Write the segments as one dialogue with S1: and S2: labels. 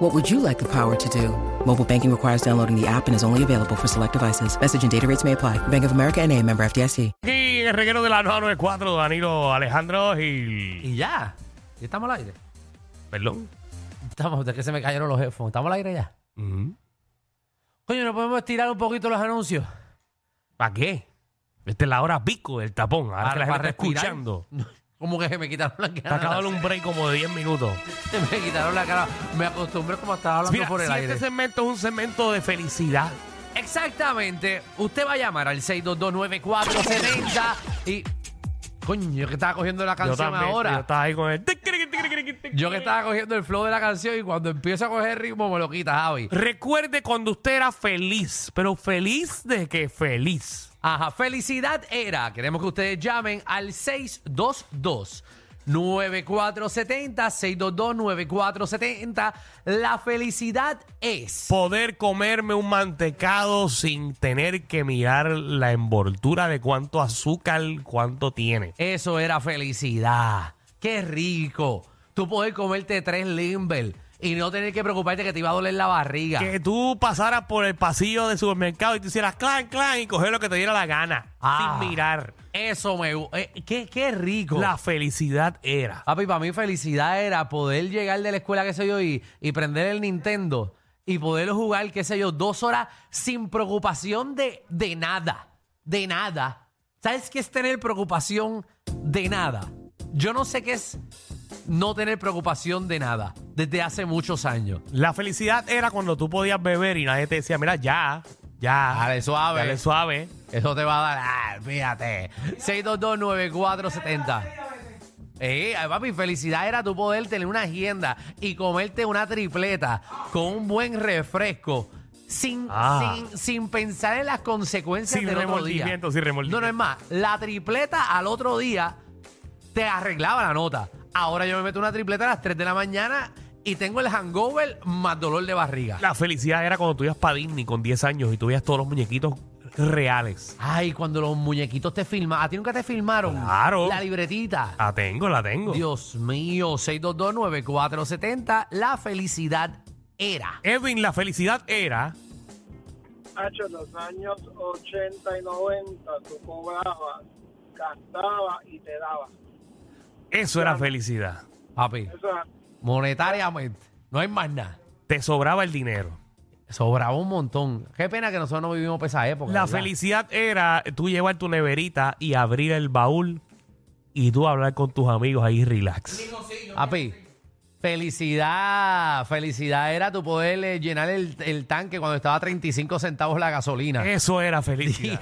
S1: What would you like the power to do? Mobile banking requires downloading the app and is only available for select devices. Message and data rates may apply. Bank of America and a member FDIC.
S2: Aquí en el reguero de la 994, Danilo Alejandro Gil.
S3: Y ya. ¿Y estamos al aire?
S2: Perdón.
S3: Estamos, es que se me cayeron los headphones. ¿Estamos al aire ya?
S2: Ujú.
S3: Coño, ¿no podemos estirar un poquito los anuncios?
S2: ¿Para qué? Esta es la hora pico del tapón. Ahora que la gente
S3: Para
S2: está
S3: respirar.
S2: escuchando.
S3: Como que se me quitaron la
S2: Te acabo de
S3: cara.
S2: dar un break como de 10 minutos.
S3: Se me quitaron la cara. Me acostumbré como estaba hablando
S2: Mira,
S3: por el
S2: si
S3: aire.
S2: este segmento es un segmento de felicidad,
S3: Exactamente. Usted va a llamar al 6229470 y... Coño, yo que estaba cogiendo la
S2: yo
S3: canción
S2: también
S3: ahora.
S2: yo estaba ahí con el...
S3: Yo que estaba cogiendo el flow de la canción y cuando empiezo a coger ritmo me lo quita, Javi.
S2: Recuerde cuando usted era feliz, pero feliz de que feliz.
S3: Ajá, felicidad era. Queremos que ustedes llamen al 622 9470 622 9470. La felicidad es.
S2: Poder comerme un mantecado sin tener que mirar la envoltura de cuánto azúcar, cuánto tiene.
S3: Eso era felicidad. Qué rico. Tú poder comerte tres Limber y no tener que preocuparte que te iba a doler la barriga.
S2: Que tú pasaras por el pasillo del supermercado y te hicieras clan, clan y coger lo que te diera la gana.
S3: Ah.
S2: Sin mirar.
S3: Eso me gusta. qué, qué rico.
S2: La felicidad era.
S3: Papi, para mí felicidad era poder llegar de la escuela, qué sé yo, y, y prender el Nintendo y poderlo jugar, qué sé yo, dos horas sin preocupación de, de nada. De nada. ¿Sabes qué es tener preocupación de nada? Yo no sé qué es no tener preocupación de nada desde hace muchos años.
S2: La felicidad era cuando tú podías beber y nadie te decía, mira, ya, ya.
S3: Dale suave.
S2: Dale suave.
S3: Eso te va a dar, ah, fíjate. 6229470. Eh, ay, papi, felicidad era tu poder tener una agenda y comerte una tripleta con un buen refresco sin,
S2: Ah.
S3: sin, sin pensar en las consecuencias
S2: Sin
S3: del otro día.
S2: remordimiento, sin remordimiento.
S3: No, no es más. La tripleta al otro día te arreglaba la nota. Ahora yo me meto una tripleta a las 3 de la mañana y tengo el hangover más dolor de barriga.
S2: La felicidad era cuando tú ibas para Disney con 10 años y tú veías todos los muñequitos reales.
S3: Ay, cuando los muñequitos te filman. ¿A ti nunca te filmaron?
S2: Claro.
S3: La libretita.
S2: La tengo, la tengo.
S3: Dios mío, 6229470. La felicidad era.
S2: Edwin, la felicidad era.
S4: Hacho, en los años 80 y 90 tú cobrabas, gastabas y te dabas.
S2: Eso era felicidad.
S3: Papi,
S4: Eso era
S3: monetariamente. No hay más nada.
S2: Te sobraba el dinero.
S3: Sobraba un montón. Qué pena que nosotros no vivimos para esa época.
S2: La
S3: ¿verdad?
S2: felicidad era tú llevar tu neverita y abrir el baúl y tú hablar con tus amigos ahí relax.
S3: Papi, felicidad. Felicidad era tu poder eh, llenar el, el tanque cuando estaba a 35 centavos la gasolina.
S2: Eso era felicidad.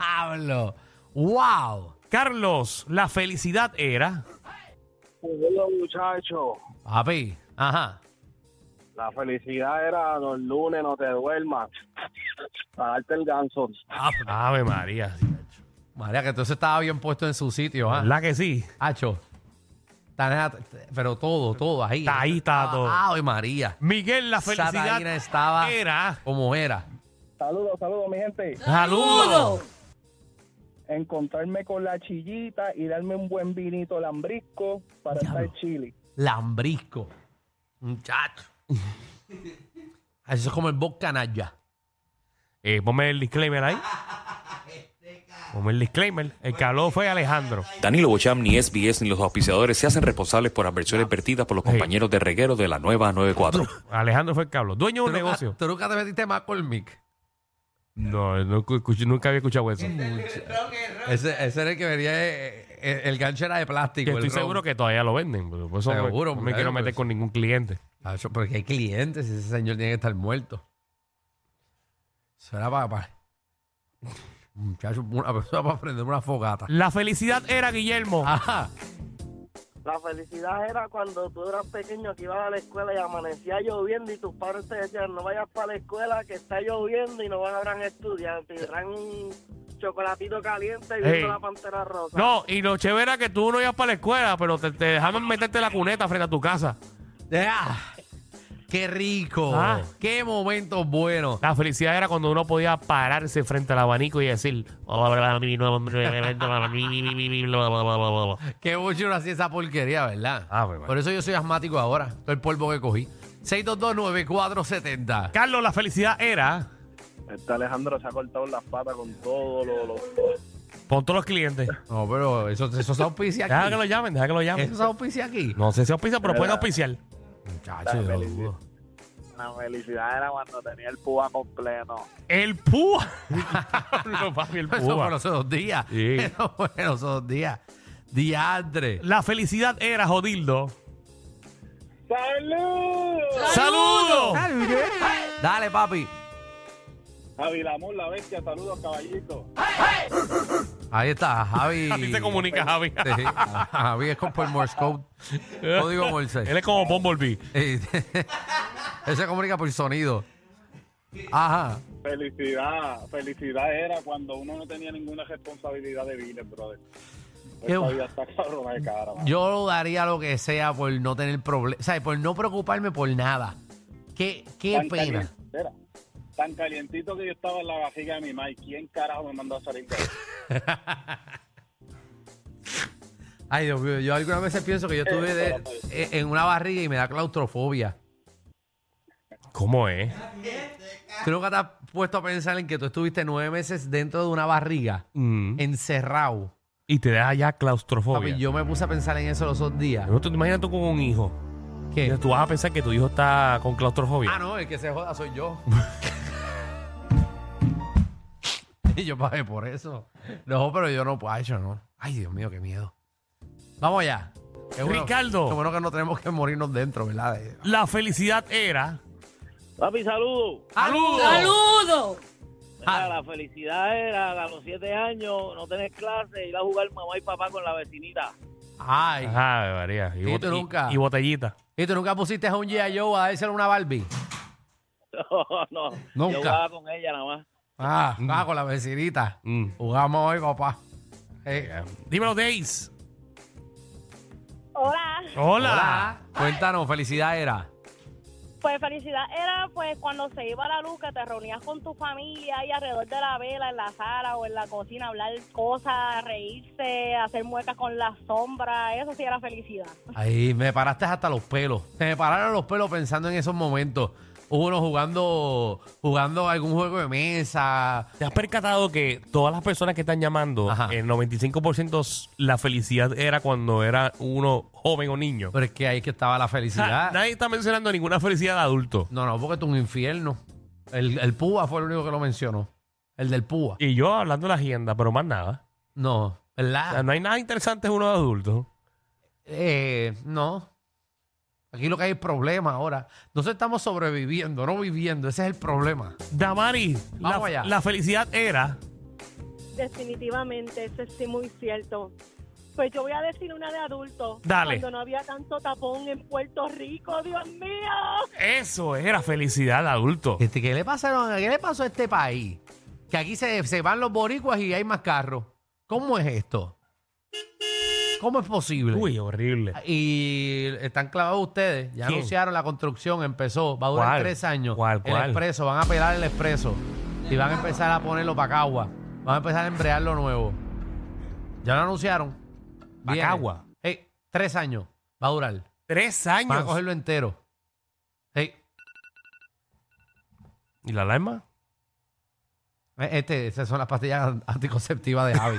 S3: Diablo. ¡Wow!
S2: Carlos, la felicidad era.
S4: Bueno, muchacho.
S3: Papi, ajá.
S4: La felicidad era los lunes, no te duermas. Para darte el ganso.
S2: Ah, pues, Ave María.
S3: María, que entonces estaba bien puesto en su sitio, ¿ah?
S2: La que sí.
S3: Hacho. Tan- Pero todo, todo ahí.
S2: Está ahí, está
S3: Ah,
S2: todo.
S3: Ay, María.
S2: Miguel, la felicidad
S3: Satadina estaba
S2: era.
S3: como era.
S4: Saludos, saludos, mi gente.
S2: Saludos.
S4: Encontrarme con la chillita y darme un buen vinito lambrisco para
S3: Diablo.
S4: estar chili.
S3: Lambrisco. Muchacho. Eso es como el Bob Canalla.
S2: Eh, ponme el disclaimer ahí. Ponme el disclaimer. El que habló fue Alejandro.
S5: Danilo Bocham, ni SBS, ni los auspiciadores se hacen responsables por adversiones vertidas por los compañeros de reguero de la nueva 94.
S2: Alejandro fue el que habló. Dueño de un
S3: ¿Tú nunca-
S2: negocio.
S3: ¿Tú nunca te metiste más McCormick?
S2: ah, No, no escuché- nunca había escuchado eso.
S3: Ese, ese era el que venía, eh, eh, el, gancho era de
S2: Que
S3: plástico.
S2: estoy seguro que todavía lo venden. pero Por eso no me-
S3: Seguro,
S2: no me quiero
S3: muchacho,
S2: meter
S3: pues.
S2: con ningún cliente.
S3: porque hay clientes, ese señor tiene que estar muerto. Eso era para... para- Muchacho, una persona para prender una fogata. Ah,
S2: La felicidad era, Guillermo.
S3: Ajá.
S4: La felicidad era cuando tú eras pequeño que ibas a la escuela y amanecía lloviendo y tus padres te decían no vayas para la escuela que está lloviendo y no van a haber estudiantes. Y traen un chocolatito caliente y
S2: Ey.
S4: viendo la pantera rosa.
S2: Eh, No, y lo chévere era que tú no ibas para la escuela, pero te, te dejaban meterte la cuneta frente a tu casa.
S3: Ah, ¡Qué rico!
S2: Ah.
S3: ¡Qué momentos buenos!
S2: La felicidad era cuando uno podía pararse frente al abanico y decir... Pero
S3: Qué mucho no hacía esa porquería, ¿verdad?
S2: Ah, pues, bueno.
S3: Por eso yo soy asmático ahora. Todo el polvo que cogí. 6229470.
S2: Carlos, la felicidad era...
S4: Este Alejandro se ha cortado las patas con todo lo...
S2: Pon todos los clientes.
S3: No, pero eso, eso se auspicia
S2: Deja que lo
S3: aquí.
S2: llamen, deja que lo llamen.
S3: Eso se auspicia aquí.
S2: No sé si auspicia, pero puede auspiciar.
S3: Muchacho, yo lo dudo.
S4: La felicidad era cuando tenía el púa completo.
S2: El púa. Diablo, papi, el
S3: Eso
S2: púa.
S3: fue los dos días.
S2: Sí.
S3: Eso fue los dos días. Diandre.
S2: La felicidad era, Jodildo.
S4: ¡Salud!
S2: ¡Saludos!
S3: Dale, papi.
S4: Javi Lamón, la bestia, saludos caballito.
S3: Ahí está, Javi.
S2: A ti se comunica, Javi.
S3: Sí, Javi es con por Morse Code. Código Morse.
S2: Él es como Bumblebee.
S3: Sí. Él se comunica por sonido. Ajá.
S4: Felicidad, felicidad era cuando uno no tenía ninguna responsabilidad de vida, brother.
S3: Qué
S4: Esta
S3: bu-
S4: vida está cabrona de cara, man.
S3: Yo lo daría lo que sea por no tener problemas. O sea, por no preocuparme por nada. Qué, qué
S4: Tan
S3: pena.
S4: caliente- espera, tan calientito que yo estaba en la vajiga de mi madre. ¿Quién carajo me mandó a salir de ahí?
S3: Ay, Dios mío, yo algunas veces pienso que yo estuve de- eh, en- en una barriga y me da claustrofobia.
S2: ¿Cómo es?
S3: Tú nunca te has puesto a pensar en que tú estuviste nueve meses dentro de una barriga,
S2: Mm.
S3: encerrado.
S2: Y te deja ya claustrofobia.
S3: Papi, yo me puse a pensar en eso los dos días.
S2: Pero tú te imaginas tú con un hijo.
S3: ¿Qué?
S2: Tú vas a pensar que tu hijo está con claustrofobia.
S3: Ah, no, el que se joda soy yo. y yo pagué por eso. No, pero yo no puedo, ay, yo no. Ay, Dios mío, qué miedo. Vamos allá. Qué
S2: Ricardo.
S3: Qué bueno que no tenemos que morirnos dentro, ¿verdad? De-
S2: La felicidad era.
S6: Papi, saludo.
S2: ¡Saludos!
S7: ¡Saludos!
S6: Mira,
S3: Ah,
S6: La felicidad era a los siete años no tener clase, ir a jugar mamá y papá con la vecinita.
S3: Ay.
S2: Ajá, María. Y,
S3: Sí,
S2: bot-
S3: tú nunca.
S2: y- y botellita.
S3: ¿Y tú nunca pusiste a un G.I. Joe a dárselo a una Barbie?
S6: No, no.
S3: Nunca.
S6: Yo jugaba con ella nada más.
S3: Ah, ah, con la vecinita.
S2: Mm.
S3: Jugamos hoy, papá. Eh,
S2: Dímelo, Days.
S8: Hola,
S2: Hola.
S3: Hola. Cuéntanos, felicidad era.
S8: pues felicidad era pues cuando se iba la luz que te reunías con tu familia y alrededor de la vela en la sala o en la cocina hablar cosas, reírse, hacer muecas con la sombra, eso sí era felicidad.
S3: Ahí me paraste hasta los pelos. Se me pararon los pelos pensando en esos momentos. Hubo uno jugando, jugando algún juego de mesa.
S2: ¿Te has percatado que todas las personas que están llamando,
S3: Ajá.
S2: el 95% la felicidad era cuando era uno joven o niño?
S3: Pero es que ahí es que estaba la
S2: O sea,
S3: felicidad.
S2: Ah, nadie está mencionando ninguna felicidad de adulto.
S3: No, no, porque tú un infierno. El, el Púa fue el único que lo mencionó. El del Púa.
S2: Y yo hablando de la agenda, pero más nada.
S3: No,
S2: O sea,
S3: ¿verdad?
S2: no hay nada interesante uno de adulto.
S3: Eh, no. Aquí lo que hay es problema ahora. Nosotros estamos sobreviviendo, no viviendo. Ese es el problema.
S2: Damari,
S3: Vamos
S2: la,
S3: allá.
S2: la felicidad era.
S8: Definitivamente, eso es sí muy cierto. Pues yo voy a decir una de adulto.
S2: Dale.
S8: Cuando no había tanto tapón en Puerto Rico, Dios mío.
S2: Eso era felicidad de adulto.
S3: Este, ¿qué, le pasaron, ¿Qué le pasó a este país? Que aquí se, se van los boricuas y hay más carros. ¿Cómo es esto? ¿Cómo es posible?
S2: Uy, horrible.
S3: Y están clavados ustedes. Ya
S2: ¿Quién?
S3: anunciaron la construcción, empezó. Va a durar
S2: ¿Cuál?
S3: tres años.
S2: ¿Cuál,
S3: El
S2: cuál?
S3: expreso, van a pelar el expreso. Y van a empezar a ponerlo para Cagua. Van a empezar a embrear lo nuevo. Ya lo anunciaron.
S2: Pa'
S3: Viene.
S2: Cagua.
S3: Ey, tres años. Va a durar.
S2: Tres
S3: Van
S2: años.
S3: a cogerlo entero. Ey,
S2: ¿Y la alarma?
S3: Este, esas son las pastillas anticonceptivas de Javi.